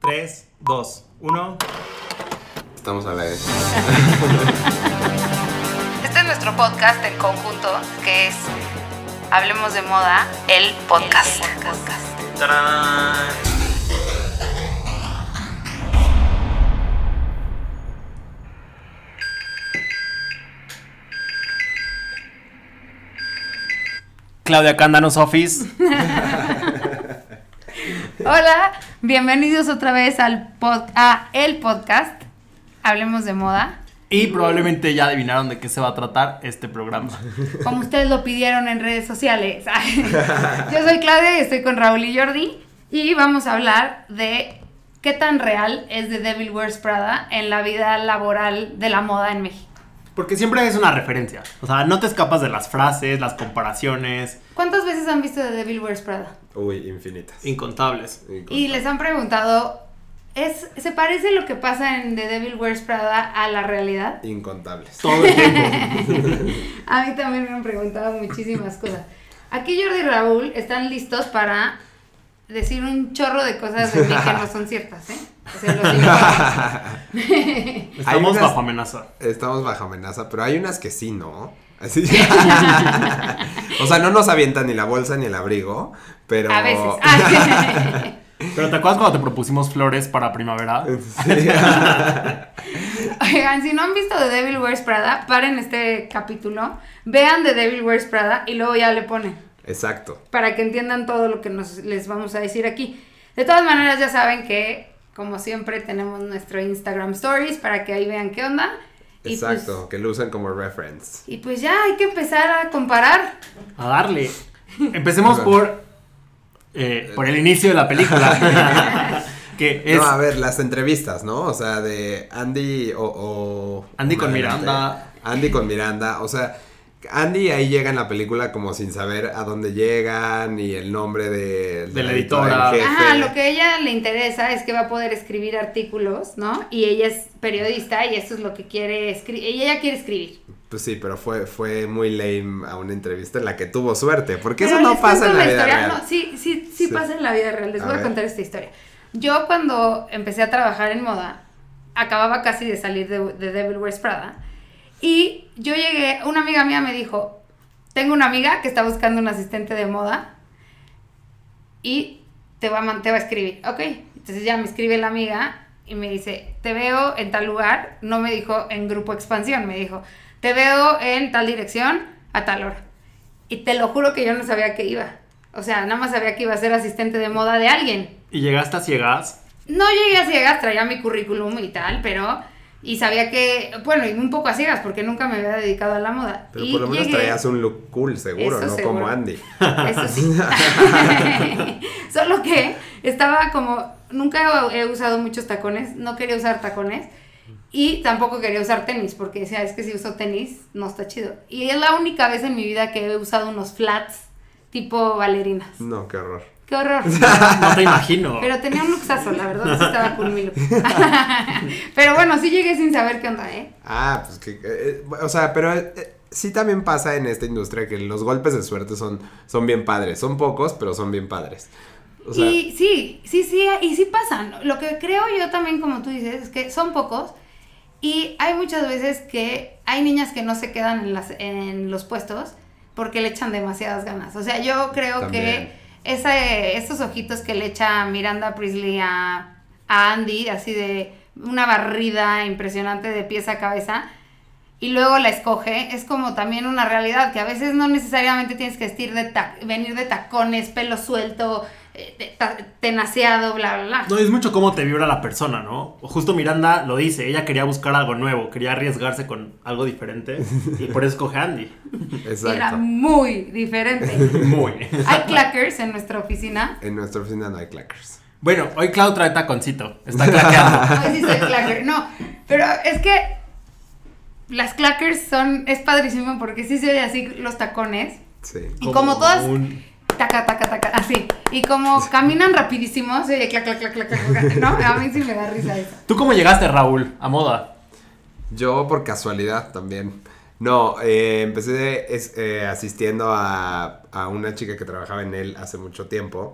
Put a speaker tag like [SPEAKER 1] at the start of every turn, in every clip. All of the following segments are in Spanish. [SPEAKER 1] 3, 2, 1.
[SPEAKER 2] Estamos a la vez.
[SPEAKER 3] Este es nuestro podcast en conjunto, que es Hablemos de Moda, el podcast.
[SPEAKER 1] ¡Tarán!
[SPEAKER 4] Claudia Cándanos Office.
[SPEAKER 3] Hola, bienvenidos otra vez al pod- a el podcast. Hablemos de Moda.
[SPEAKER 4] Y probablemente ya adivinaron de qué se va a tratar este programa.
[SPEAKER 3] Como ustedes lo pidieron en redes sociales. Yo soy Claudia y estoy con Raúl y Jordi. Y vamos a hablar de qué tan real es The Devil Wears Prada en la vida laboral de la moda en México.
[SPEAKER 4] Porque siempre es una referencia. O sea, no te escapas de las frases, las comparaciones,
[SPEAKER 3] ¿Cuántas veces han visto The Devil Wears Prada?
[SPEAKER 2] Uy, infinitas.
[SPEAKER 4] incontables.
[SPEAKER 3] Y les han preguntado, ¿es, ¿se parece lo que pasa en The Devil Wears Prada a la realidad?
[SPEAKER 2] Incontables.
[SPEAKER 4] Todo el tiempo.
[SPEAKER 3] A mí también me han preguntado muchísimas cosas. Aquí Jordi y Raúl están listos para decir un chorro de cosas de mí que no son ciertas, ¿eh? O sea, los ignoramos.
[SPEAKER 2] Hay
[SPEAKER 4] Estamos
[SPEAKER 2] unas-
[SPEAKER 4] bajo amenaza.
[SPEAKER 2] Estamos bajo amenaza, pero hay unas que sí, ¿no? Así. o sea, no nos avientan ni la bolsa ni el abrigo, pero.
[SPEAKER 3] A veces. Ah,
[SPEAKER 4] Pero ¿te acuerdas cuando te propusimos flores para primavera?
[SPEAKER 2] Sí.
[SPEAKER 3] Oigan, si no han visto The Devil Wears Prada, paren este capítulo, vean The Devil Wears Prada y luego ya le ponen.
[SPEAKER 2] Exacto.
[SPEAKER 3] para que entiendan todo lo que nos, les vamos a decir aquí. De todas maneras, ya saben que, como siempre, tenemos nuestro Instagram Stories para que ahí vean qué onda. Y
[SPEAKER 2] Exacto. Que lo usan como reference.
[SPEAKER 3] Pues, y pues ya hay que empezar a comparar.
[SPEAKER 4] A darle. Empecemos por, eh, por el inicio de la película. que es
[SPEAKER 2] No, a ver, las entrevistas, ¿no? O sea, de Andy o. o-
[SPEAKER 4] Andy con
[SPEAKER 2] Adelante.
[SPEAKER 4] Miranda.
[SPEAKER 2] Andy con Miranda. O sea, Andy ahí llega en la película como sin saber a dónde llegan y el nombre de,
[SPEAKER 4] De la editora.
[SPEAKER 2] del jefe.
[SPEAKER 3] Ajá, lo que a ella le interesa es que va a poder escribir artículos, ¿no? Y ella es periodista y eso es lo que quiere escribir. Y ella quiere escribir.
[SPEAKER 2] Pues sí, pero fue, fue muy lame a una entrevista en la que tuvo suerte, porque
[SPEAKER 3] Pero
[SPEAKER 2] eso no
[SPEAKER 3] les
[SPEAKER 2] pasa en
[SPEAKER 3] cuento
[SPEAKER 2] la vida
[SPEAKER 3] historia.
[SPEAKER 2] real.
[SPEAKER 3] No, sí, sí, sí,
[SPEAKER 2] Sí.
[SPEAKER 3] pasa en la vida real. Les
[SPEAKER 2] A
[SPEAKER 3] voy a
[SPEAKER 2] ver.
[SPEAKER 3] contar esta historia. Yo cuando empecé a trabajar en moda, acababa casi de salir de, de Devil Wears Prada. Y yo llegué, una amiga mía me dijo, tengo una amiga que está buscando un asistente de moda y te va a, man- te va a escribir. Ok, entonces ya me escribe la amiga y me dice, te veo en tal lugar. No me dijo en grupo expansión, me dijo, te veo en tal dirección a tal hora. Y te lo juro que yo no sabía que iba. O sea, nada más sabía que iba a ser asistente de moda de alguien.
[SPEAKER 4] Y llegaste a ciegas.
[SPEAKER 3] No llegué a ciegas, traía mi currículum y tal, pero... Y sabía que, bueno, y un poco a ciegas, porque nunca me había dedicado a la moda.
[SPEAKER 2] Pero
[SPEAKER 3] Y
[SPEAKER 2] por lo menos
[SPEAKER 3] llegué-
[SPEAKER 2] traías un look cool, seguro,
[SPEAKER 3] Eso
[SPEAKER 2] no
[SPEAKER 3] seguro.
[SPEAKER 2] como Andy.
[SPEAKER 3] Eso sí. Solo que estaba como, nunca he usado muchos tacones, no quería usar tacones y tampoco quería usar tenis porque decía, es que si uso tenis no está chido. Y es la única vez en mi vida que he usado unos flats tipo bailarinas.
[SPEAKER 2] No, qué horror.
[SPEAKER 3] Qué horror.
[SPEAKER 4] No te imagino.
[SPEAKER 3] Pero tenía un luxazo, la verdad, sí estaba cool mi look. Pero bueno, sí llegué sin saber qué onda, ¿eh?
[SPEAKER 2] Ah, pues que. eh, o sea, pero eh, sí también pasa en esta industria que los golpes de suerte son, son bien padres. Son pocos, pero son bien padres. O sea,
[SPEAKER 3] y sí, sí, sí, y sí pasan. Lo que creo yo también, como tú dices, es que son pocos y hay muchas veces que hay niñas que no se quedan en, las, en los puestos porque le echan demasiadas ganas. O sea, yo creo
[SPEAKER 2] También.
[SPEAKER 3] que ese, estos ojitos que le echa Miranda Priestley a, a Andy, así de una barrida impresionante de pies a cabeza, y luego la escoge, es como también una realidad que a veces no necesariamente tienes que vestir de ta- venir de tacones, pelo suelto, eh, te- ta- tenaceado, bla, bla, bla.
[SPEAKER 4] No, es mucho cómo te vibra la persona, ¿no? Justo Miranda lo dice, ella quería buscar algo nuevo, quería arriesgarse con algo diferente y por eso coge Andy.
[SPEAKER 3] Era
[SPEAKER 2] exacto.
[SPEAKER 3] muy diferente.
[SPEAKER 4] Muy.
[SPEAKER 3] Hay clackers en nuestra oficina.
[SPEAKER 2] En nuestra oficina no hay clackers.
[SPEAKER 4] Bueno, hoy Clau trae taconcito, está claqueando.
[SPEAKER 3] Hoy sí soy clacker, no. Pero es que las clackers son, es padrísimo porque sí se oye así los tacones.
[SPEAKER 2] Sí.
[SPEAKER 3] Y como todas-
[SPEAKER 4] un-
[SPEAKER 3] Taca, taca, taca, así. Y como caminan rapidísimo, se oye clac, clac, clac, clac, clac, ¿no? A mí sí me da risa eso.
[SPEAKER 4] ¿Tú cómo llegaste, Raúl, a moda?
[SPEAKER 2] Yo por casualidad también. No, eh, empecé es- eh, asistiendo a, a una chica que trabajaba en él hace mucho tiempo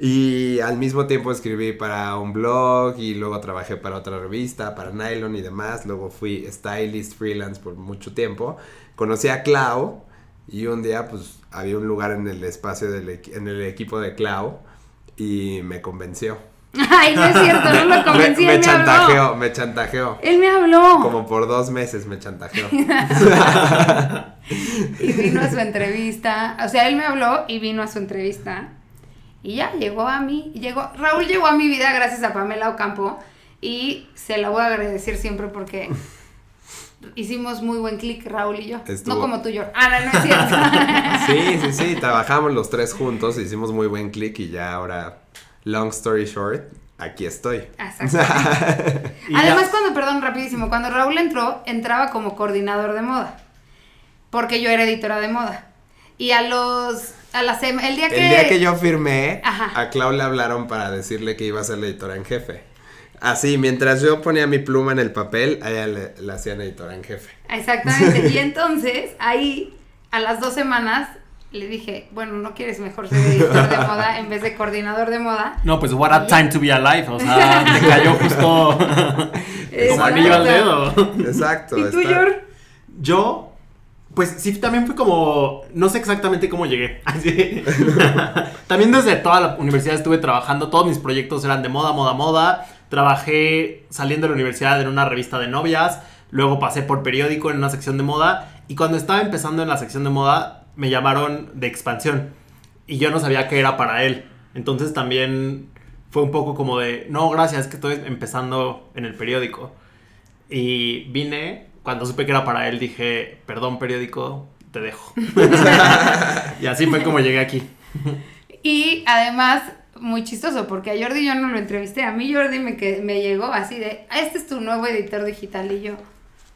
[SPEAKER 2] Y al mismo tiempo escribí para un blog y luego trabajé para otra revista, para Nylon y demás. Luego fui stylist freelance por mucho tiempo. Conocí a Clau y un día pues había un lugar en el espacio, del, equi- en el equipo de Clau y me convenció.
[SPEAKER 3] Ay, no es cierto, no lo
[SPEAKER 2] Me,
[SPEAKER 3] convencí,
[SPEAKER 2] me
[SPEAKER 3] él me habló.
[SPEAKER 2] chantajeó, me chantajeó.
[SPEAKER 3] Él me habló.
[SPEAKER 2] Como por dos meses me chantajeó.
[SPEAKER 3] Y vino a su entrevista. O sea, él me habló y vino a su entrevista. Y ya llegó a mí. Llegó, Raúl llegó a mi vida gracias a Pamela Ocampo. Y se la voy a agradecer siempre porque hicimos muy buen clic, Raúl y yo.
[SPEAKER 2] Estuvo-
[SPEAKER 3] No como tú y yo. Ah, no, no es cierto.
[SPEAKER 2] Sí, sí, sí, trabajamos los tres juntos, hicimos muy buen clic y ya ahora, long story short, aquí estoy.
[SPEAKER 3] Exacto.
[SPEAKER 4] Y ya-
[SPEAKER 3] Además, cuando, perdón, rapidísimo, cuando Raúl entró, entraba como coordinador de moda. Porque yo era editora de moda. Y a los. A la sema- el día que.
[SPEAKER 2] El día que yo firmé,
[SPEAKER 3] Ajá.
[SPEAKER 2] a Clau le hablaron para decirle que iba a ser la editora en jefe. Así, mientras yo ponía mi pluma en el papel, a ella le, la hacían editora en jefe.
[SPEAKER 3] Exactamente. Y entonces, ahí, a las dos semanas, le dije, bueno, ¿no quieres mejor ser editor de moda en vez de coordinador de moda?
[SPEAKER 4] No, pues what a time to be alive. O sea, te cayó justo como anillo al dedo.
[SPEAKER 2] Exacto.
[SPEAKER 3] ¿Y tú,
[SPEAKER 2] está-
[SPEAKER 3] Yor?
[SPEAKER 4] Yo, pues sí, también fue como, no sé exactamente cómo llegué. Así. también desde toda la universidad estuve trabajando, todos mis proyectos eran de moda, moda, moda. Trabajé saliendo de la universidad en una revista de novias, luego pasé por periódico en una sección de moda y cuando estaba empezando en la sección de moda me llamaron de expansión y yo no sabía qué era para él. Entonces también fue un poco como de, no, gracias, es que estoy empezando en el periódico. Y vine, cuando supe que era para él, dije, perdón periódico, te dejo. y así fue como llegué aquí.
[SPEAKER 3] Y además, muy chistoso, porque a Jordi yo no lo entrevisté. A mí Jordi me, que, me llegó así de, "Ah, este es tu nuevo editor digital. Y yo,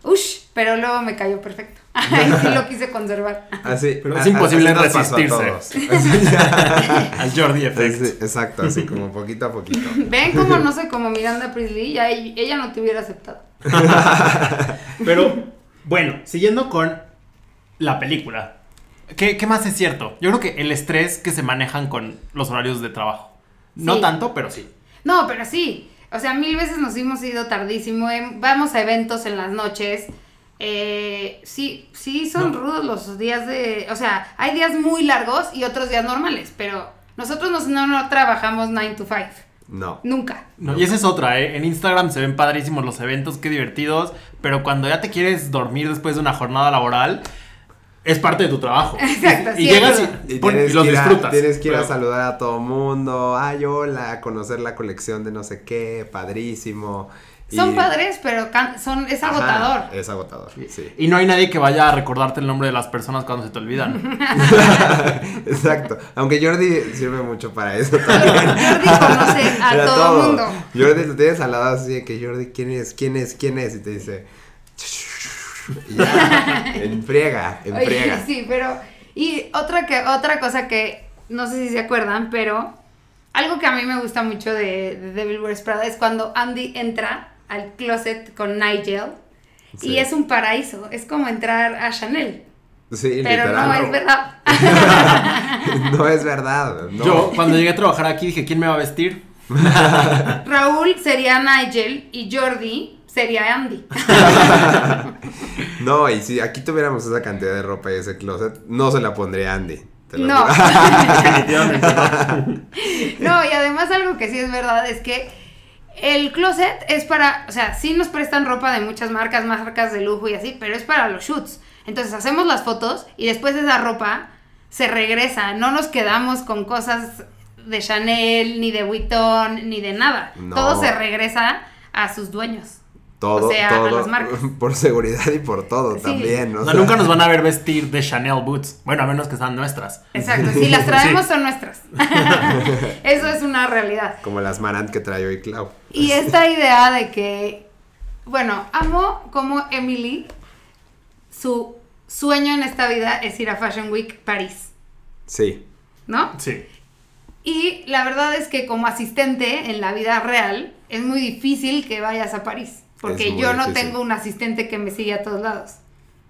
[SPEAKER 3] ush, pero luego me cayó perfecto. Y sí lo quise conservar.
[SPEAKER 2] Así,
[SPEAKER 4] Pero
[SPEAKER 2] a-
[SPEAKER 4] es
[SPEAKER 2] a-
[SPEAKER 4] imposible
[SPEAKER 2] así nos pasó a
[SPEAKER 4] resistirse.
[SPEAKER 2] todos. Así-
[SPEAKER 4] Al Jordi Effect.
[SPEAKER 2] así- exacto, así como poquito a poquito.
[SPEAKER 3] Ven cómo no soy como Miranda Priestley, ya e- ella no te hubiera aceptado.
[SPEAKER 4] Pero bueno, siguiendo con la película. ¿Qué, qué más es cierto? Yo creo que el estrés que se manejan con los horarios de trabajo. No
[SPEAKER 3] Sí.
[SPEAKER 4] tanto, pero sí.
[SPEAKER 3] No, pero sí. O sea, mil veces nos hemos ido tardísimo. em- Vamos a eventos en las noches. Eh, sí, sí, son rudos los días de. O sea, hay días muy largos y otros días normales, pero nosotros nos- no, no trabajamos 9 to 5.
[SPEAKER 2] No.
[SPEAKER 3] Nunca.
[SPEAKER 4] No, y esa es otra, ¿eh? En Instagram se ven padrísimos los eventos, qué divertidos, pero cuando ya te quieres dormir después de una jornada laboral, es parte de tu trabajo.
[SPEAKER 3] Exacto,
[SPEAKER 4] Y,
[SPEAKER 3] sí,
[SPEAKER 4] llegas
[SPEAKER 3] es
[SPEAKER 4] y,
[SPEAKER 2] Y
[SPEAKER 4] pon-
[SPEAKER 2] tienes,
[SPEAKER 4] y los
[SPEAKER 2] que ir a-
[SPEAKER 4] disfrutas.
[SPEAKER 2] tienes que ir a
[SPEAKER 4] pero-
[SPEAKER 2] saludar a todo mundo. Ay, hola, conocer la colección de no sé qué, padrísimo. Y-
[SPEAKER 3] Son padres, pero can- son, es
[SPEAKER 2] Ajá,
[SPEAKER 3] agotador.
[SPEAKER 2] Es agotador, sí.
[SPEAKER 4] Y no hay nadie que vaya a recordarte el nombre de las personas cuando se te olvidan.
[SPEAKER 2] Exacto. Aunque Jordi sirve mucho para eso también.
[SPEAKER 3] Jordi conoce a
[SPEAKER 2] Pero
[SPEAKER 3] todo el mundo.
[SPEAKER 2] Jordi lo tienes al lado así de que Jordi, ¿quién es? ¿Quién es? ¿Quién es? Y te dice. y ya, enfriega,
[SPEAKER 3] Oye,
[SPEAKER 2] enfriega.
[SPEAKER 3] sí, pero. Y otra, que, otra cosa que no sé si se acuerdan, pero algo que a mí me gusta mucho de, de Devil Wears Prada es cuando Andy entra al closet con Nigel
[SPEAKER 2] Sí.
[SPEAKER 3] y es un paraíso. Es como entrar a Chanel,
[SPEAKER 2] Sí,
[SPEAKER 3] pero
[SPEAKER 2] literal.
[SPEAKER 3] no es verdad.
[SPEAKER 2] No es verdad. no.
[SPEAKER 4] Yo, cuando llegué a trabajar aquí, dije, ¿quién me va a vestir?
[SPEAKER 3] Raúl sería Nigel y Jordi sería Andy.
[SPEAKER 2] No, y si aquí tuviéramos esa cantidad de ropa y ese closet, no se la pondría Andy. te lo
[SPEAKER 3] No.
[SPEAKER 2] juro.
[SPEAKER 3] no, y además algo que sí es verdad es que el closet es para, o sea, sí nos prestan ropa de muchas marcas, marcas de lujo y así, pero es para los shoots. Entonces hacemos las fotos y después esa ropa se regresa, no nos quedamos con cosas de Chanel, ni de Vuitton, ni de nada.
[SPEAKER 2] No.
[SPEAKER 3] Todo se regresa a sus dueños.
[SPEAKER 2] Todo,
[SPEAKER 3] O sea, a
[SPEAKER 2] todo.
[SPEAKER 3] las marcas.
[SPEAKER 2] Por seguridad y por todo
[SPEAKER 3] Sí.
[SPEAKER 2] también.
[SPEAKER 4] O sea, nunca nos van a ver vestir de Chanel Boots. Bueno, a menos que sean nuestras.
[SPEAKER 3] Exacto, si las traemos son nuestras. Eso es una realidad.
[SPEAKER 2] Como las Marant que trae hoy Clau.
[SPEAKER 3] Y esta idea de que, bueno, amo como Emily, su sueño en esta vida es ir a Fashion Week París,
[SPEAKER 2] Sí.
[SPEAKER 3] ¿no?
[SPEAKER 4] Sí.
[SPEAKER 3] Y la verdad es que como asistente en la vida real es muy difícil que vayas a París,
[SPEAKER 2] Es
[SPEAKER 3] porque
[SPEAKER 2] muy
[SPEAKER 3] yo no
[SPEAKER 2] difícil.
[SPEAKER 3] tengo un asistente que me sigue a todos lados.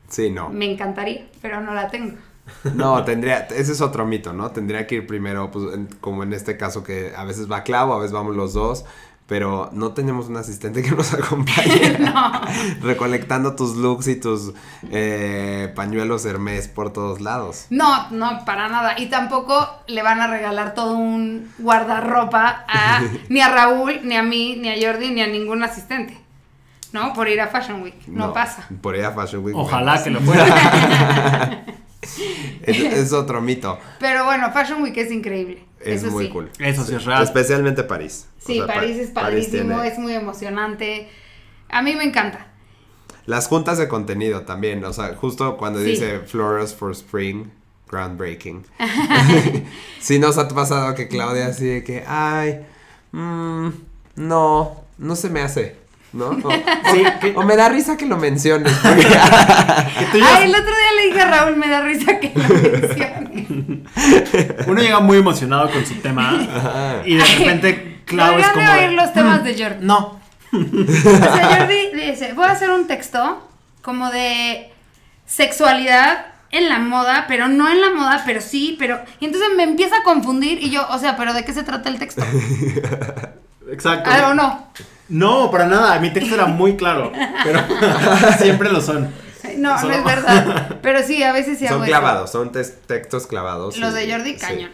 [SPEAKER 2] Sí, no.
[SPEAKER 3] Me encantaría, pero no la tengo.
[SPEAKER 2] No, tendría, ese es otro mito, ¿no? Tendría que ir primero, pues, en- como en este caso que a veces va Clau, a veces vamos los dos, pero no tenemos un asistente que nos acompañe
[SPEAKER 3] no.
[SPEAKER 2] recolectando tus looks y tus eh, pañuelos Hermes por todos lados.
[SPEAKER 3] No, no, para nada. Y tampoco le van a regalar todo un guardarropa a, ni a Raúl, ni a mí, ni a Jordi, ni a ningún asistente. ¿No? Por ir a Fashion Week. No, pasa.
[SPEAKER 2] Por ella Fashion Week.
[SPEAKER 4] Ojalá que lo fuera.
[SPEAKER 2] bueno, Es, es otro mito.
[SPEAKER 3] Pero bueno, Fashion Week es increíble.
[SPEAKER 2] Es
[SPEAKER 3] eso
[SPEAKER 2] muy
[SPEAKER 3] sí.
[SPEAKER 2] cool.
[SPEAKER 4] Eso sí es real.
[SPEAKER 2] Especialmente París. O
[SPEAKER 3] Sí,
[SPEAKER 2] sea, Pa-
[SPEAKER 3] París es
[SPEAKER 2] París
[SPEAKER 3] padrísimo,
[SPEAKER 2] tiene-
[SPEAKER 3] es muy emocionante. A mí me encanta.
[SPEAKER 2] Las juntas de contenido también, o sea, justo cuando
[SPEAKER 3] Sí.
[SPEAKER 2] dice Flowers for Spring, groundbreaking. si nos ha pasado que Claudia así de que, ay, mm, no, no se me hace, ¿no? O,
[SPEAKER 4] Sí, que-
[SPEAKER 2] o me da risa que lo menciones. porque-
[SPEAKER 4] que tú llegas-
[SPEAKER 3] Ay, el otro día le dije a Raúl, me da risa que lo mencione.
[SPEAKER 4] Uno llega muy emocionado con su tema
[SPEAKER 2] Ajá.
[SPEAKER 4] y de repente Clau es
[SPEAKER 3] Deberían
[SPEAKER 4] como.
[SPEAKER 3] de
[SPEAKER 4] de,
[SPEAKER 3] oír los temas de Jordi.
[SPEAKER 4] No.
[SPEAKER 3] O sea, Jordi dice, voy a hacer un texto como de sexualidad en la moda, pero no en la moda, pero sí, pero... Y entonces me empieza a confundir y yo, o sea, ¿pero de qué se trata el texto?
[SPEAKER 4] Exacto.
[SPEAKER 3] Ah, o no.
[SPEAKER 4] No, para nada. Mi texto era muy claro. Pero siempre lo son.
[SPEAKER 3] No, no
[SPEAKER 4] Solo-
[SPEAKER 3] es verdad. Pero sí, a veces sí hago
[SPEAKER 2] son
[SPEAKER 3] eso.
[SPEAKER 2] clavados, son tes- textos clavados. y-
[SPEAKER 3] Los de Jordi
[SPEAKER 2] sí.
[SPEAKER 3] Cañón.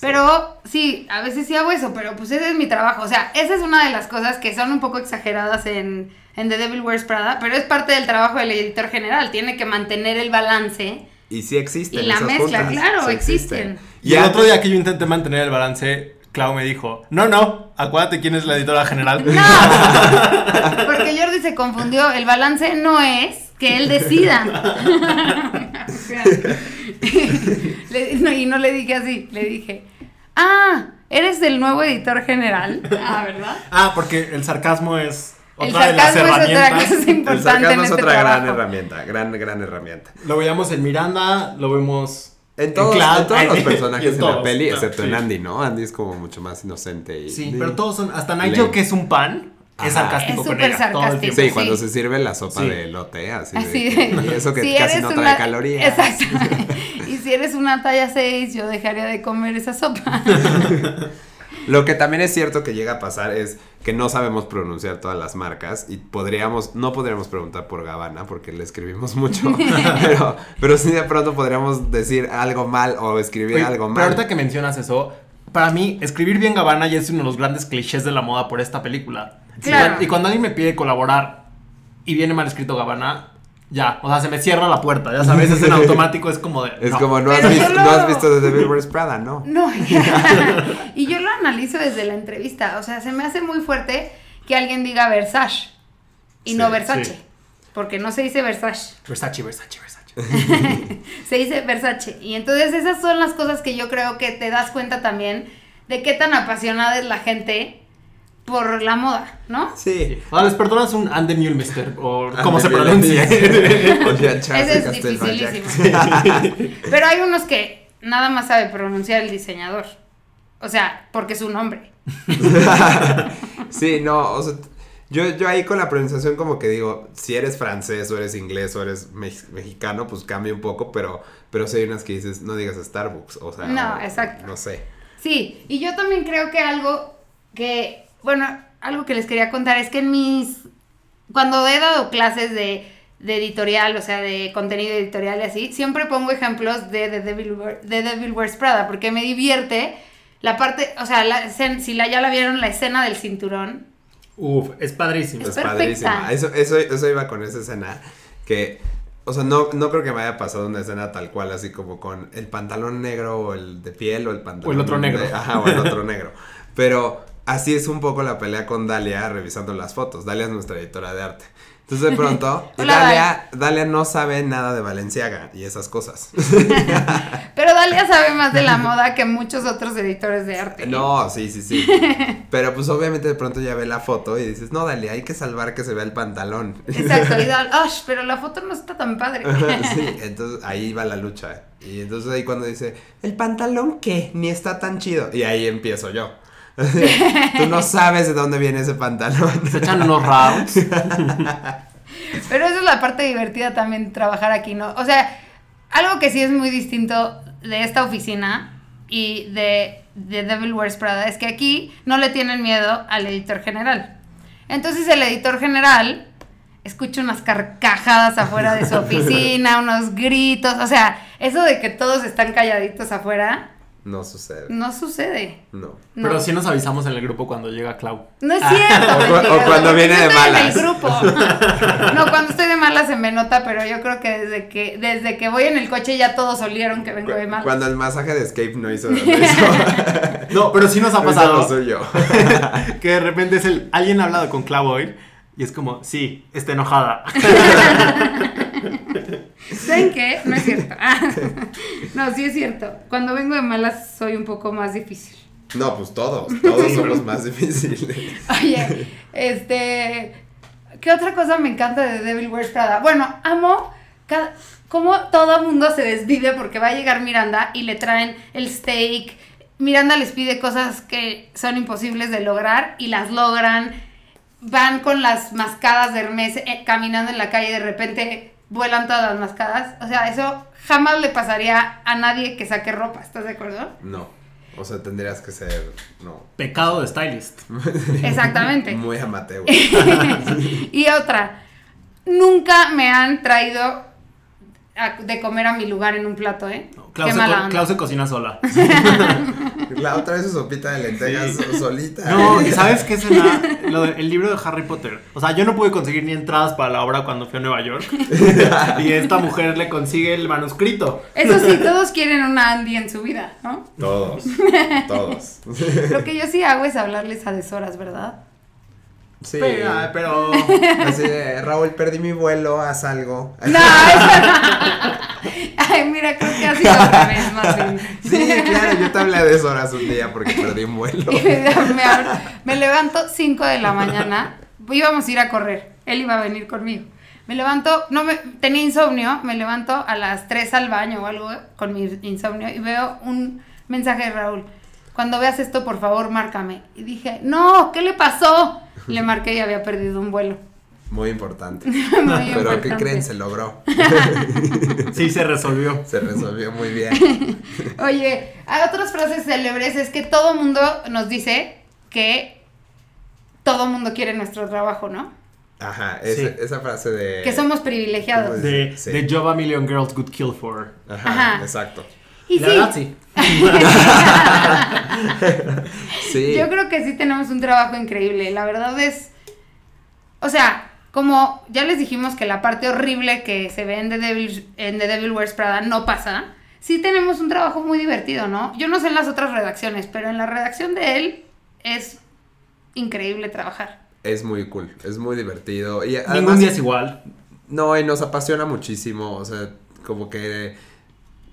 [SPEAKER 3] Pero sí, a veces sí hago eso, pero pues ese es mi trabajo. O sea, esa es una de las cosas que son un poco exageradas en, en The Devil Wears Prada, pero es parte del trabajo del editor general. Tiene que mantener el balance.
[SPEAKER 2] Y sí existen.
[SPEAKER 3] Y la
[SPEAKER 2] esas
[SPEAKER 3] mezcla,
[SPEAKER 2] juntas,
[SPEAKER 3] claro,
[SPEAKER 2] sí
[SPEAKER 3] existen.
[SPEAKER 4] Y el otro día que yo intenté mantener el balance, Clau me dijo: No, no, acuérdate quién es la editora general.
[SPEAKER 3] ¡No! Porque Jordi se confundió. El balance no es que él decida. O sea, le- no, y no le dije así, le dije, ah, eres del nuevo editor general. Ah, ¿verdad?
[SPEAKER 4] Ah, porque el sarcasmo es
[SPEAKER 3] El
[SPEAKER 4] otra de las
[SPEAKER 3] sarcasmo es otra
[SPEAKER 4] herramientas.
[SPEAKER 3] cosa importante.
[SPEAKER 2] El sarcasmo
[SPEAKER 3] en
[SPEAKER 2] es
[SPEAKER 3] este
[SPEAKER 2] otra gran
[SPEAKER 3] trabajo.
[SPEAKER 2] herramienta, gran, gran herramienta.
[SPEAKER 4] Lo veíamos en Miranda, lo vemos
[SPEAKER 2] En todos,
[SPEAKER 4] Cloud,
[SPEAKER 2] en todos
[SPEAKER 4] en-
[SPEAKER 2] los
[SPEAKER 4] y
[SPEAKER 2] personajes en la
[SPEAKER 4] todos.
[SPEAKER 2] peli,
[SPEAKER 4] Ah,
[SPEAKER 2] excepto en
[SPEAKER 4] sí.
[SPEAKER 2] Andy, ¿no? Andy es como mucho más inocente y...
[SPEAKER 4] Sí, pero todos son. Hasta
[SPEAKER 2] Lame.
[SPEAKER 4] Nigel, que es un pan, es
[SPEAKER 2] Ajá.
[SPEAKER 4] sarcástico
[SPEAKER 3] Es
[SPEAKER 4] con
[SPEAKER 3] súper
[SPEAKER 4] ella. Todo el
[SPEAKER 3] sarcástico.
[SPEAKER 4] tiempo.
[SPEAKER 2] Sí, cuando
[SPEAKER 3] sí.
[SPEAKER 2] se sirve la sopa
[SPEAKER 4] Sí.
[SPEAKER 2] de elote, así,
[SPEAKER 3] Así
[SPEAKER 2] de...
[SPEAKER 3] de-
[SPEAKER 2] y eso que
[SPEAKER 3] si
[SPEAKER 2] casi
[SPEAKER 3] eres
[SPEAKER 2] no trae
[SPEAKER 3] una-
[SPEAKER 2] calorías.
[SPEAKER 3] Exacto. Y si eres una talla 6, yo dejaría de comer esa sopa.
[SPEAKER 2] Lo que también es cierto que llega a pasar es que no sabemos pronunciar todas las marcas y podríamos, no podríamos preguntar por Gabbana porque le escribimos mucho, pero, pero sí de pronto podríamos decir algo mal o escribir
[SPEAKER 4] Oye,
[SPEAKER 2] algo
[SPEAKER 4] Pero
[SPEAKER 2] mal.
[SPEAKER 4] ahorita que mencionas eso, para mí, escribir bien Gabbana ya es uno de los grandes clichés de la moda por esta película.
[SPEAKER 3] Sí.
[SPEAKER 4] Y cuan-
[SPEAKER 3] Claro.
[SPEAKER 4] Y cuando alguien me pide colaborar y viene mal escrito Gabbana, ya, o sea, se me cierra la puerta, ya sabes, es en automático, es como de.
[SPEAKER 2] Es
[SPEAKER 4] no.
[SPEAKER 2] como, no has,
[SPEAKER 3] Pero yo
[SPEAKER 2] visto,
[SPEAKER 3] lo-
[SPEAKER 2] no has visto The Devil Wears Prada, ¿no?
[SPEAKER 3] No, y yo lo analizo desde la entrevista. O sea, se me hace muy fuerte que alguien diga Versace y
[SPEAKER 2] Sí,
[SPEAKER 3] no Versace.
[SPEAKER 4] sí.
[SPEAKER 3] Porque no se dice Versace,
[SPEAKER 4] Versace, Versace, Versace.
[SPEAKER 3] se dice Versace. Y entonces esas son las cosas que yo creo que te das cuenta también de qué tan apasionada es la gente por la moda, ¿no?
[SPEAKER 2] Sí. Ah,
[SPEAKER 4] Ahora les perdonas un And the Mule Mister, o como se
[SPEAKER 2] Ándale,
[SPEAKER 4] pronuncia.
[SPEAKER 2] o sea, Charles
[SPEAKER 3] Ese es
[SPEAKER 2] Castelbajac.
[SPEAKER 3] dificilísimo. Pero hay unos que nada más sabe pronunciar el diseñador. O sea, porque es su nombre.
[SPEAKER 2] Sí, no, o sea, yo, yo ahí con la pronunciación como que digo, si eres francés o eres inglés o eres mex- mexicano, pues cambia un poco, pero, pero sí hay unas que dices, no digas Starbucks, o sea.
[SPEAKER 3] No,
[SPEAKER 2] o-
[SPEAKER 3] exacto.
[SPEAKER 2] No sé.
[SPEAKER 3] Sí, y yo también creo que algo que, bueno, algo que les quería contar es que en mis, cuando he dado clases de, de editorial, o sea, de contenido editorial y así, siempre pongo ejemplos de The Devil, Wear- de Devil Wears Prada, porque me divierte la parte, o sea, la escena- si la, ya la vieron, la escena del cinturón.
[SPEAKER 4] Uf, es padrísimo.
[SPEAKER 2] Es
[SPEAKER 3] Perfecta.
[SPEAKER 2] padrísima. Eso, eso, eso iba con esa escena que, o sea, no, no creo que me haya pasado una escena tal cual, así como con el pantalón negro o el de piel o el pantalón.
[SPEAKER 4] otro
[SPEAKER 2] de-
[SPEAKER 4] negro.
[SPEAKER 2] ajá, o el otro negro. Pero así es un poco la pelea con Dalia revisando las fotos. Dalia es nuestra editora de arte. Entonces de pronto,
[SPEAKER 3] Hola,
[SPEAKER 2] Dalia, Dalia no sabe nada de Valenciaga y esas cosas.
[SPEAKER 3] Pero Dalia sabe más de la moda que muchos otros editores de arte.
[SPEAKER 2] No, sí, sí, sí. Pero pues obviamente de pronto ya ve la foto y dices, no, Dalia, hay que salvar que se vea el pantalón.
[SPEAKER 3] Exacto, y Dal- "Ush, pero la foto no está tan padre.
[SPEAKER 2] sí, entonces ahí va la lucha. ¿eh? Y entonces ahí cuando dice, ¿el pantalón qué? Ni está tan chido. Y ahí empiezo yo. Tú no sabes de dónde viene ese pantalón.
[SPEAKER 4] Se echan unos rounds.
[SPEAKER 3] Pero esa es la parte divertida también de trabajar aquí, ¿no? O sea, Algo que sí es muy distinto de esta oficina y de, de Devil Wears Prada es que aquí no le tienen miedo al editor general. Entonces el editor general escucha unas carcajadas afuera de su oficina, unos gritos, o sea, eso de que todos están calladitos afuera
[SPEAKER 2] No sucede.
[SPEAKER 3] no sucede.
[SPEAKER 2] No.
[SPEAKER 3] No.
[SPEAKER 4] Pero sí nos avisamos en el grupo cuando llega Clau.
[SPEAKER 3] No es
[SPEAKER 4] Ah.
[SPEAKER 3] cierto.
[SPEAKER 2] O cu- o
[SPEAKER 3] mentiroso,
[SPEAKER 2] cuando
[SPEAKER 3] porque
[SPEAKER 2] viene
[SPEAKER 3] yo
[SPEAKER 2] de
[SPEAKER 3] estoy
[SPEAKER 2] malas.
[SPEAKER 3] En el grupo. No, cuando estoy de malas se me nota, pero yo creo que desde que desde que voy en el coche ya todos olieron que vengo de
[SPEAKER 2] Cu-
[SPEAKER 3] malas.
[SPEAKER 2] Cuando el masaje de escape no hizo no hizo-
[SPEAKER 4] No, pero sí nos ha
[SPEAKER 2] no hizo lo
[SPEAKER 4] pasado.
[SPEAKER 2] suyo.
[SPEAKER 4] que de repente es el. Alguien ha hablado con Clau hoy y es como, sí, está enojada.
[SPEAKER 3] ¿Saben qué? No es cierto. Ah, no, sí es cierto. Cuando vengo de malas soy un poco más difícil.
[SPEAKER 2] No, pues todos. Todos son los más difíciles.
[SPEAKER 3] Oye, este, ¿qué otra cosa me encanta de Devil Wears Prada? Bueno, amo cada, cómo todo mundo se desvive porque va a llegar Miranda y le traen el steak. Miranda les pide cosas que son imposibles de lograr y las logran. Van con las mascadas de Hermes eh, caminando en la calle y de repente vuelan todas las mascadas. O sea, eso jamás le pasaría a nadie que saque ropa, ¿estás de acuerdo?
[SPEAKER 2] No. O sea, tendrías que ser. No.
[SPEAKER 4] Pecado de stylist.
[SPEAKER 3] Exactamente.
[SPEAKER 2] Muy amateur.
[SPEAKER 3] y otra, nunca me han traído a- de comer a mi lugar en un plato, ¿eh?
[SPEAKER 4] Clau,
[SPEAKER 3] Qué
[SPEAKER 4] se,
[SPEAKER 3] mala
[SPEAKER 4] co-
[SPEAKER 3] onda.
[SPEAKER 4] Clau se cocina sola.
[SPEAKER 2] La otra vez su sopita de lentejas
[SPEAKER 4] Sí.
[SPEAKER 2] so- solita.
[SPEAKER 4] No, ¿y ¿sabes qué es el, el libro de Harry Potter? O sea, yo no pude conseguir ni entradas para la obra cuando fui a Nueva York. y esta mujer le consigue el manuscrito.
[SPEAKER 3] Eso sí, todos quieren una Andy en su vida, ¿no?
[SPEAKER 2] Todos. Todos.
[SPEAKER 3] Lo que yo sí hago es hablarles a deshoras, ¿verdad?
[SPEAKER 2] Sí.
[SPEAKER 4] Pero, ah, pero-
[SPEAKER 2] Así de, Raúl, perdí mi vuelo, haz algo.
[SPEAKER 3] No, eso no. Ay, mira, creo que ha sido otra vez más bien.
[SPEAKER 2] Sí, claro, yo te hablé de eso horas un día porque perdí un vuelo.
[SPEAKER 3] Y me, me abro- me levanto 5 de la mañana. Íbamos a ir a correr. Él iba a venir conmigo. Me levanto, no me, tenía insomnio, me levanto a las 3 al baño o algo con mi insomnio y veo un mensaje de Raúl. Cuando veas esto, por favor, márcame. Y dije, no, ¿qué le pasó? Le marqué y había perdido un vuelo.
[SPEAKER 2] Muy importante.
[SPEAKER 3] Muy
[SPEAKER 2] Pero
[SPEAKER 3] importante.
[SPEAKER 2] ¿qué creen? Se logró.
[SPEAKER 4] sí se resolvió.
[SPEAKER 2] Se resolvió muy bien.
[SPEAKER 3] Oye, hay otras frases célebres es que todo mundo nos dice que todo mundo quiere nuestro trabajo, ¿no?
[SPEAKER 2] Ajá, ese-
[SPEAKER 4] Sí.
[SPEAKER 2] esa frase de...
[SPEAKER 3] Que somos privilegiados.
[SPEAKER 2] ¿cómo
[SPEAKER 4] De,
[SPEAKER 2] Sí.
[SPEAKER 4] de Job a Million Girls Good Kill For.
[SPEAKER 2] Ajá,
[SPEAKER 3] Ajá.
[SPEAKER 2] exacto.
[SPEAKER 3] Y
[SPEAKER 4] La
[SPEAKER 3] sí,
[SPEAKER 4] verdad, sí.
[SPEAKER 2] Sí.
[SPEAKER 3] yo creo que sí tenemos un trabajo increíble. La verdad es, o sea, como ya les dijimos que la parte horrible que se ve en The Devil, en The Devil Wears Prada no pasa, sí tenemos un trabajo muy divertido, ¿no? Yo no sé en las otras redacciones, pero en la redacción de él es increíble trabajar.
[SPEAKER 2] Es muy cool, es muy divertido. Y además,
[SPEAKER 4] Ningún día es igual.
[SPEAKER 2] No, y nos apasiona muchísimo, o sea, como que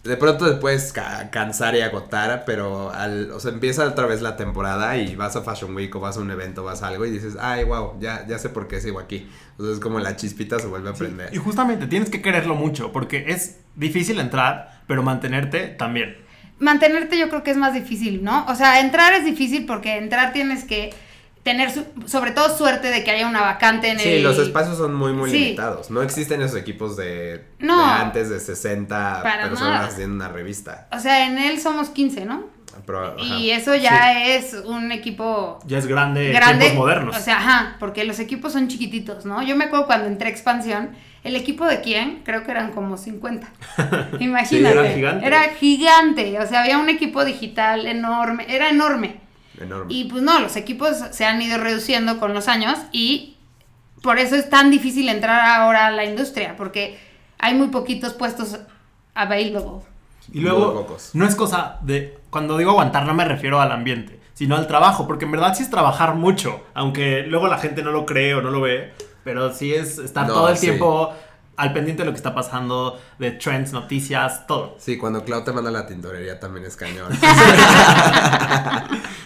[SPEAKER 2] de pronto te puedes ca- cansar y agotar, pero al, o sea, empieza otra vez la temporada y vas a Fashion Week o vas a un evento, vas a algo y dices, ay, wow, ya, ya sé por qué sigo aquí. Entonces como la chispita se vuelve a prender.
[SPEAKER 4] Y justamente tienes que quererlo mucho porque es difícil entrar, pero mantenerte también.
[SPEAKER 3] mantenerte yo creo que es más difícil, ¿no? O sea, entrar es difícil porque entrar tienes que tener su- sobre todo suerte de que haya una vacante en el
[SPEAKER 2] Sí, los espacios son muy, muy
[SPEAKER 3] Sí.
[SPEAKER 2] limitados. No existen esos equipos de,
[SPEAKER 3] No.
[SPEAKER 2] de antes de 60
[SPEAKER 3] Para nada.
[SPEAKER 2] personas en una revista.
[SPEAKER 3] O sea, en él somos 15, ¿no?
[SPEAKER 2] Pero, ajá.
[SPEAKER 3] Y eso ya es un equipo
[SPEAKER 4] Ya es grande,
[SPEAKER 3] grande.
[SPEAKER 4] tiempos modernos.
[SPEAKER 3] O sea, ajá, porque los equipos son chiquititos, ¿no? Yo me acuerdo cuando entré a expansión, el equipo de quién, creo que eran como 50. Imagínate.
[SPEAKER 4] Sí, era gigante.
[SPEAKER 3] Era gigante, o sea, había un equipo digital enorme, era enorme.
[SPEAKER 2] Enorme.
[SPEAKER 3] Y pues no, los equipos se han ido reduciendo con los años y por eso es tan difícil entrar ahora a la industria, porque hay muy poquitos puestos available.
[SPEAKER 4] Y
[SPEAKER 2] Muy
[SPEAKER 4] luego,
[SPEAKER 2] pocos.
[SPEAKER 4] no es cosa de. Cuando digo aguantar, no me refiero al ambiente, sino al trabajo, porque en verdad sí es trabajar mucho, aunque luego la gente no lo cree o no lo ve, pero sí es estar
[SPEAKER 2] No,
[SPEAKER 4] todo el
[SPEAKER 2] sí.
[SPEAKER 4] tiempo al pendiente de lo que está pasando, de trends, noticias, todo.
[SPEAKER 2] Sí, cuando Clau te manda a la tintorería también es cañón.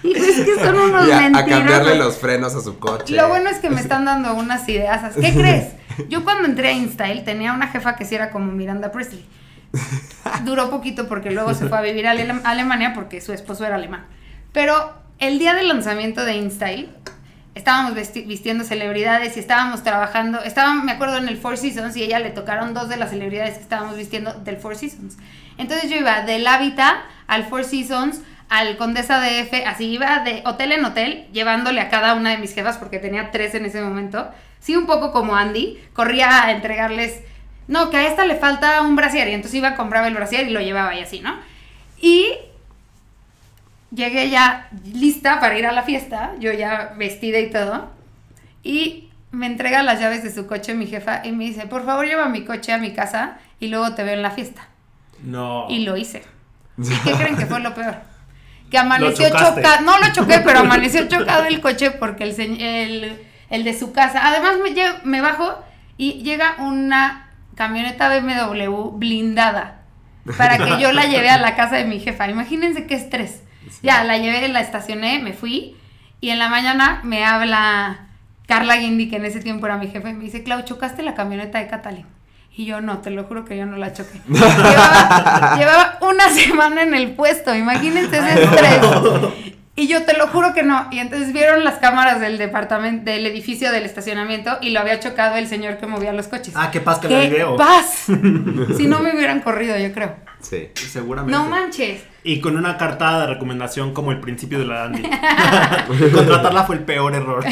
[SPEAKER 3] Y pues es que son unos
[SPEAKER 2] Y a, a
[SPEAKER 3] mentirosos.
[SPEAKER 2] cambiarle los frenos a su coche.
[SPEAKER 3] Lo bueno es que me están dando unas ideas. ¿Qué crees? Yo cuando entré a InStyle tenía una jefa que sí era como Miranda Presley. Duró poquito porque luego se fue a vivir a Ale- Alemania porque su esposo era alemán. Pero el día del lanzamiento de InStyle, estábamos vesti- vistiendo celebridades y estábamos trabajando, estaban, me acuerdo, en el Four Seasons y a ella le tocaron dos de las celebridades que estábamos vistiendo del Four Seasons. Entonces yo iba del Hábitat al Four Seasons, al Condesa DF, así iba de hotel en hotel, llevándole a cada una de mis jefas, porque tenía tres en ese momento. Sí, un poco como Andy, corría a entregarles, no, que a esta le falta un brasier, y entonces iba, compraba el brasier y lo llevaba y así, ¿no? Y llegué ya lista para ir a la fiesta, yo ya vestida y todo, y me entrega las llaves de su coche mi jefa y me dice, por favor lleva mi coche a mi casa y luego te veo en la fiesta.
[SPEAKER 4] No.
[SPEAKER 3] Y lo hice. ¿Y qué creen que fue lo peor? Que amaneció
[SPEAKER 4] Lo chocaste.
[SPEAKER 3] chocado, no lo choqué, pero amaneció chocado el coche porque el, señ- el, el de su casa, además me, lle- me bajo y llega una camioneta BMW blindada para que yo la lleve a la casa de mi jefa. Imagínense qué estrés. Ya, la llevé, la estacioné, me fui y en la mañana me habla Carla Guindy, que en ese tiempo era mi jefa, y me dice, Clau, chocaste la camioneta de Catalina. Y yo no, te lo juro que yo no la choqué. Llevaba, llevaba una semana en el puesto, imagínense ese estrés. Y yo te lo juro que no. Y entonces vieron las cámaras del departamento, del edificio del estacionamiento y lo había chocado el señor que movía los coches.
[SPEAKER 4] Ah, qué paz que me
[SPEAKER 3] ¡Qué
[SPEAKER 4] video.
[SPEAKER 3] paz! si no me hubieran corrido, yo creo.
[SPEAKER 2] Sí.
[SPEAKER 4] Seguramente.
[SPEAKER 3] No manches.
[SPEAKER 4] Y con una carta de recomendación como el principio de la Dandy. Contratarla fue el peor error.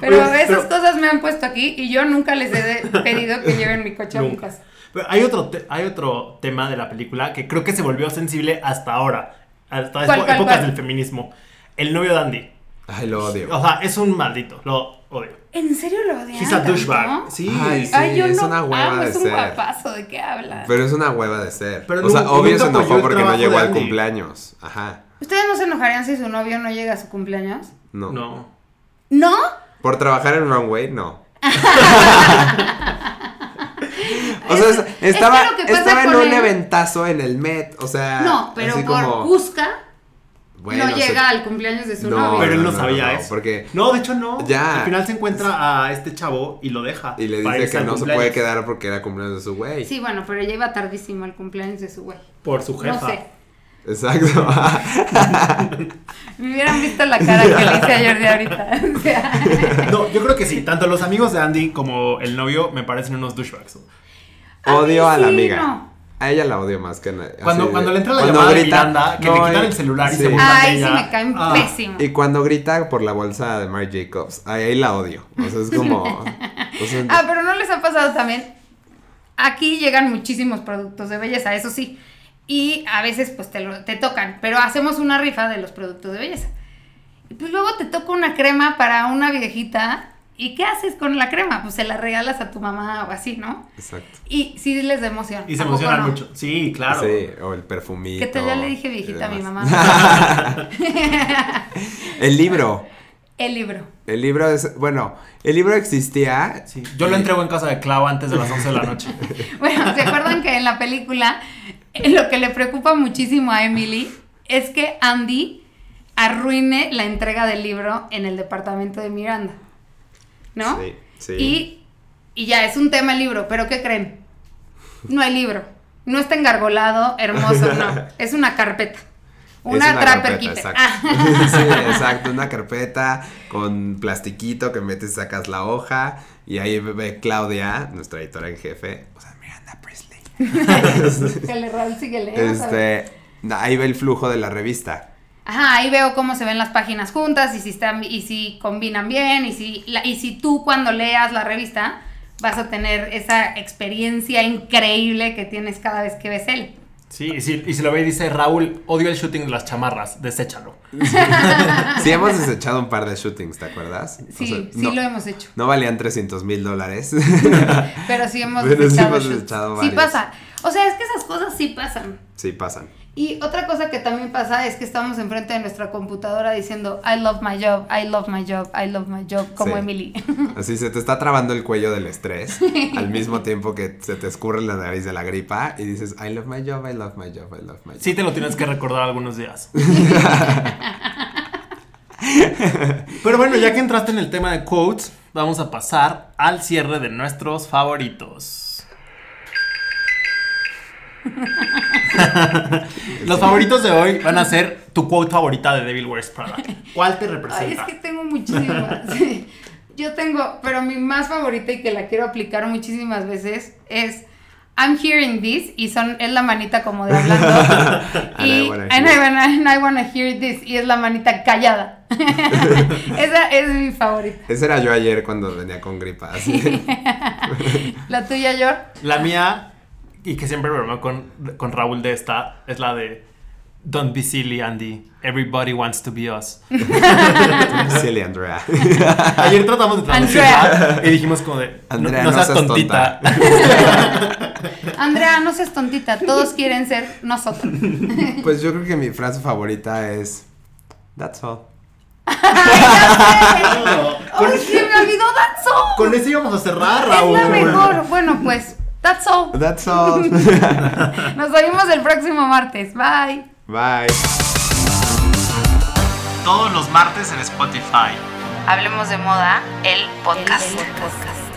[SPEAKER 3] Pero
[SPEAKER 4] Oye,
[SPEAKER 3] esas
[SPEAKER 4] pero-
[SPEAKER 3] cosas me han puesto aquí y yo nunca les he de- pedido que lleven mi coche a mi
[SPEAKER 4] Nunca.
[SPEAKER 3] casa.
[SPEAKER 4] Pero hay otro, te- hay otro tema de la película que creo que se volvió sensible hasta ahora. Hasta
[SPEAKER 3] ¿Cuál,
[SPEAKER 4] epo-
[SPEAKER 3] cuál,
[SPEAKER 4] épocas
[SPEAKER 3] cuál?
[SPEAKER 4] del feminismo. El novio de Andy.
[SPEAKER 2] Ay, lo odio.
[SPEAKER 3] Oh.
[SPEAKER 4] O sea, es un maldito. Lo odio.
[SPEAKER 3] ¿En serio lo odian?
[SPEAKER 4] He's a
[SPEAKER 3] tanto?
[SPEAKER 4] douchebag. Sí.
[SPEAKER 2] Ay, sí.
[SPEAKER 3] Ay, yo
[SPEAKER 2] es
[SPEAKER 3] no
[SPEAKER 2] una hueva
[SPEAKER 3] amo,
[SPEAKER 2] de
[SPEAKER 3] es un
[SPEAKER 2] ser.
[SPEAKER 3] guapazo, ¿de qué hablan?
[SPEAKER 2] Pero es una hueva de ser.
[SPEAKER 4] Pero
[SPEAKER 2] o sea,
[SPEAKER 4] nu-
[SPEAKER 2] obvio
[SPEAKER 4] nunca
[SPEAKER 2] se
[SPEAKER 4] apoyó
[SPEAKER 2] enojó
[SPEAKER 4] el
[SPEAKER 2] porque no
[SPEAKER 4] trabajo
[SPEAKER 2] llegó
[SPEAKER 4] de
[SPEAKER 2] al
[SPEAKER 4] Andy.
[SPEAKER 2] cumpleaños. Ajá.
[SPEAKER 3] ¿Ustedes no se enojarían si su novio no llega a su cumpleaños?
[SPEAKER 2] No.
[SPEAKER 4] No.
[SPEAKER 3] ¿No?
[SPEAKER 2] Por trabajar en Runway, no. o sea, es-
[SPEAKER 3] que
[SPEAKER 2] estaba,
[SPEAKER 3] lo que pasa
[SPEAKER 2] estaba en
[SPEAKER 3] con
[SPEAKER 2] un
[SPEAKER 3] él-
[SPEAKER 2] eventazo en el Met. O sea,
[SPEAKER 3] No, pero
[SPEAKER 2] Ah, así
[SPEAKER 3] por
[SPEAKER 2] como,
[SPEAKER 3] Cusca
[SPEAKER 2] bueno,
[SPEAKER 3] no
[SPEAKER 2] se-
[SPEAKER 3] llega al cumpleaños de su
[SPEAKER 2] No,
[SPEAKER 3] novio.
[SPEAKER 4] Pero él no,
[SPEAKER 2] no,
[SPEAKER 4] sabía
[SPEAKER 2] no,
[SPEAKER 4] eso.
[SPEAKER 2] porque-
[SPEAKER 4] No, de hecho no.
[SPEAKER 2] Ya.
[SPEAKER 4] Al final se encuentra a este chavo y lo deja.
[SPEAKER 2] Y le
[SPEAKER 4] para
[SPEAKER 2] dice
[SPEAKER 4] irse
[SPEAKER 2] que
[SPEAKER 4] al
[SPEAKER 2] no se
[SPEAKER 4] cumpleaños
[SPEAKER 2] puede quedar porque era cumpleaños de su güey.
[SPEAKER 3] Sí, bueno, pero ella iba tardísimo al cumpleaños de su güey.
[SPEAKER 4] Por su jefa.
[SPEAKER 3] No sé.
[SPEAKER 2] Exacto.
[SPEAKER 3] Me hubieran visto la cara que le hice ayer de ahorita. O sea,
[SPEAKER 4] No, yo creo que sí. Tanto los amigos de Andy como el novio me parecen unos douchebags.
[SPEAKER 3] A mí
[SPEAKER 2] odio a la
[SPEAKER 3] Ah, sí,
[SPEAKER 2] amiga.
[SPEAKER 3] no.
[SPEAKER 2] A ella la odio más que a nadie.
[SPEAKER 4] Cuando,
[SPEAKER 2] Así de-
[SPEAKER 4] cuando le entra la
[SPEAKER 2] cuando
[SPEAKER 4] llamada de
[SPEAKER 2] grita,
[SPEAKER 4] Miranda, que
[SPEAKER 2] no,
[SPEAKER 4] le quitan
[SPEAKER 2] y-
[SPEAKER 4] el celular y
[SPEAKER 2] sí.
[SPEAKER 4] se burlan de
[SPEAKER 3] Ay, sí
[SPEAKER 4] ella.
[SPEAKER 3] me caen
[SPEAKER 4] Ah.
[SPEAKER 3] pésimo.
[SPEAKER 2] Y cuando grita por la bolsa de Marc Jacobs, ahí la odio. O sea, es como. o sea,
[SPEAKER 3] Ah, pero no les ha pasado también. Aquí llegan muchísimos productos de belleza, eso sí. Y a veces pues te, lo- te tocan, pero hacemos una rifa de los productos de belleza. Y pues luego te toca una crema para una viejita. ¿Y qué haces con la crema? Pues se la regalas a tu mamá o así, ¿no?
[SPEAKER 2] Exacto.
[SPEAKER 3] Y sí les da emoción.
[SPEAKER 4] Y se
[SPEAKER 3] ¿a poco
[SPEAKER 4] emocionan
[SPEAKER 3] no?
[SPEAKER 4] mucho. Sí, claro.
[SPEAKER 2] Sí, o el perfumito.
[SPEAKER 3] Que te ya le dije
[SPEAKER 2] y
[SPEAKER 3] viejita a mi
[SPEAKER 2] demás.
[SPEAKER 3] mamá.
[SPEAKER 2] el libro.
[SPEAKER 3] El libro.
[SPEAKER 2] El libro es. Bueno, el libro existía.
[SPEAKER 4] Sí, Yo lo entrego en casa de Clau antes de las 11 de la noche.
[SPEAKER 3] Bueno, ¿se acuerdan que en la película eh, lo que le preocupa muchísimo a Emily es que Andy arruine la entrega del libro en el departamento de Miranda? ¿No?
[SPEAKER 2] Sí, sí.
[SPEAKER 3] Y, y ya es un tema el libro, pero ¿qué creen? No hay libro. No está engargolado, hermoso, no. Es una carpeta.
[SPEAKER 2] Es
[SPEAKER 3] Una, trapper
[SPEAKER 2] carpeta,
[SPEAKER 3] keeper.
[SPEAKER 2] exacto.
[SPEAKER 3] Ah,
[SPEAKER 2] Sí, exacto, una carpeta con plastiquito que metes, sacas la hoja y ahí ve Claudia, nuestra editora en jefe, o sea, Miranda Priestley.
[SPEAKER 3] síguele, Raúl, síguele, vamos a ver.
[SPEAKER 2] Este, ahí ve el flujo de la revista.
[SPEAKER 3] Ajá, ahí veo cómo se ven las páginas juntas y si están y si combinan bien y si la- y si tú cuando leas la revista vas a tener esa experiencia increíble que tienes cada vez que ves él.
[SPEAKER 4] Sí, y si, y si lo ve y dice, Raúl, odio el shooting de las chamarras, deséchalo.
[SPEAKER 2] Sí, hemos desechado un par de shootings, ¿te acuerdas? O
[SPEAKER 3] Sí,
[SPEAKER 2] sea,
[SPEAKER 3] sí
[SPEAKER 2] no,
[SPEAKER 3] lo hemos hecho,
[SPEAKER 2] no valían 300 mil dólares.
[SPEAKER 3] pero sí hemos
[SPEAKER 2] Pero sí
[SPEAKER 3] desechado
[SPEAKER 2] hemos
[SPEAKER 3] shoots.
[SPEAKER 2] desechado
[SPEAKER 3] Sí
[SPEAKER 2] varios.
[SPEAKER 3] pasa. O sea, es que esas cosas sí pasan.
[SPEAKER 2] sí, pasan.
[SPEAKER 3] Y otra cosa que también pasa es que estamos enfrente de nuestra computadora diciendo I love my job, I love my job, I love my job como
[SPEAKER 2] Sí.
[SPEAKER 3] Emily.
[SPEAKER 2] Así se te está trabando el cuello del estrés al mismo tiempo que se te escurre la nariz de la gripa y dices, I love my job, I love my job, I love my job.
[SPEAKER 4] Sí te lo tienes que recordar algunos días. Pero bueno, ya que entraste en el tema de quotes, vamos a pasar al cierre de nuestros favoritos. Los favoritos de hoy van a ser tu quote favorita de Devil Wears Prada. ¿Cuál te
[SPEAKER 3] Ay, es
[SPEAKER 4] representa?
[SPEAKER 3] que tengo muchísimas. Sí. Yo tengo, pero mi más favorita y que la quiero aplicar muchísimas veces es I'm hearing this y son es la manita como de hablando
[SPEAKER 4] Ah,
[SPEAKER 2] And I
[SPEAKER 3] y
[SPEAKER 2] wanna
[SPEAKER 3] and I
[SPEAKER 2] hear.
[SPEAKER 3] wanna, and I wanna hear this y es la manita callada. Esa es mi favorita.
[SPEAKER 2] Ese era yo ayer cuando venía con gripa. así.
[SPEAKER 3] La tuya, George.
[SPEAKER 4] La mía, y que siempre bromeo con, con Raúl de esta, es la de Don't be silly, Andy. Everybody wants to be us.
[SPEAKER 2] Silly Andrea.
[SPEAKER 4] Ayer tratamos de traducirla y dijimos como de no-
[SPEAKER 2] Andrea,
[SPEAKER 4] no,
[SPEAKER 2] no
[SPEAKER 4] seas,
[SPEAKER 2] seas
[SPEAKER 4] tontita.
[SPEAKER 3] Andrea, no seas tontita, todos quieren ser nosotros.
[SPEAKER 2] Pues yo creo que mi frase favorita es That's all.
[SPEAKER 4] con,
[SPEAKER 3] ¡Ay, se me olvidó that's all!
[SPEAKER 4] con eso íbamos a cerrar,
[SPEAKER 3] Es
[SPEAKER 4] Raúl.
[SPEAKER 3] la mejor. Bueno, pues that's all.
[SPEAKER 2] That's all.
[SPEAKER 3] Nos vemos el próximo martes. Bye.
[SPEAKER 2] Bye.
[SPEAKER 1] Todos los martes en Spotify.
[SPEAKER 3] Hablemos de moda, el podcast.
[SPEAKER 5] El- el podcast.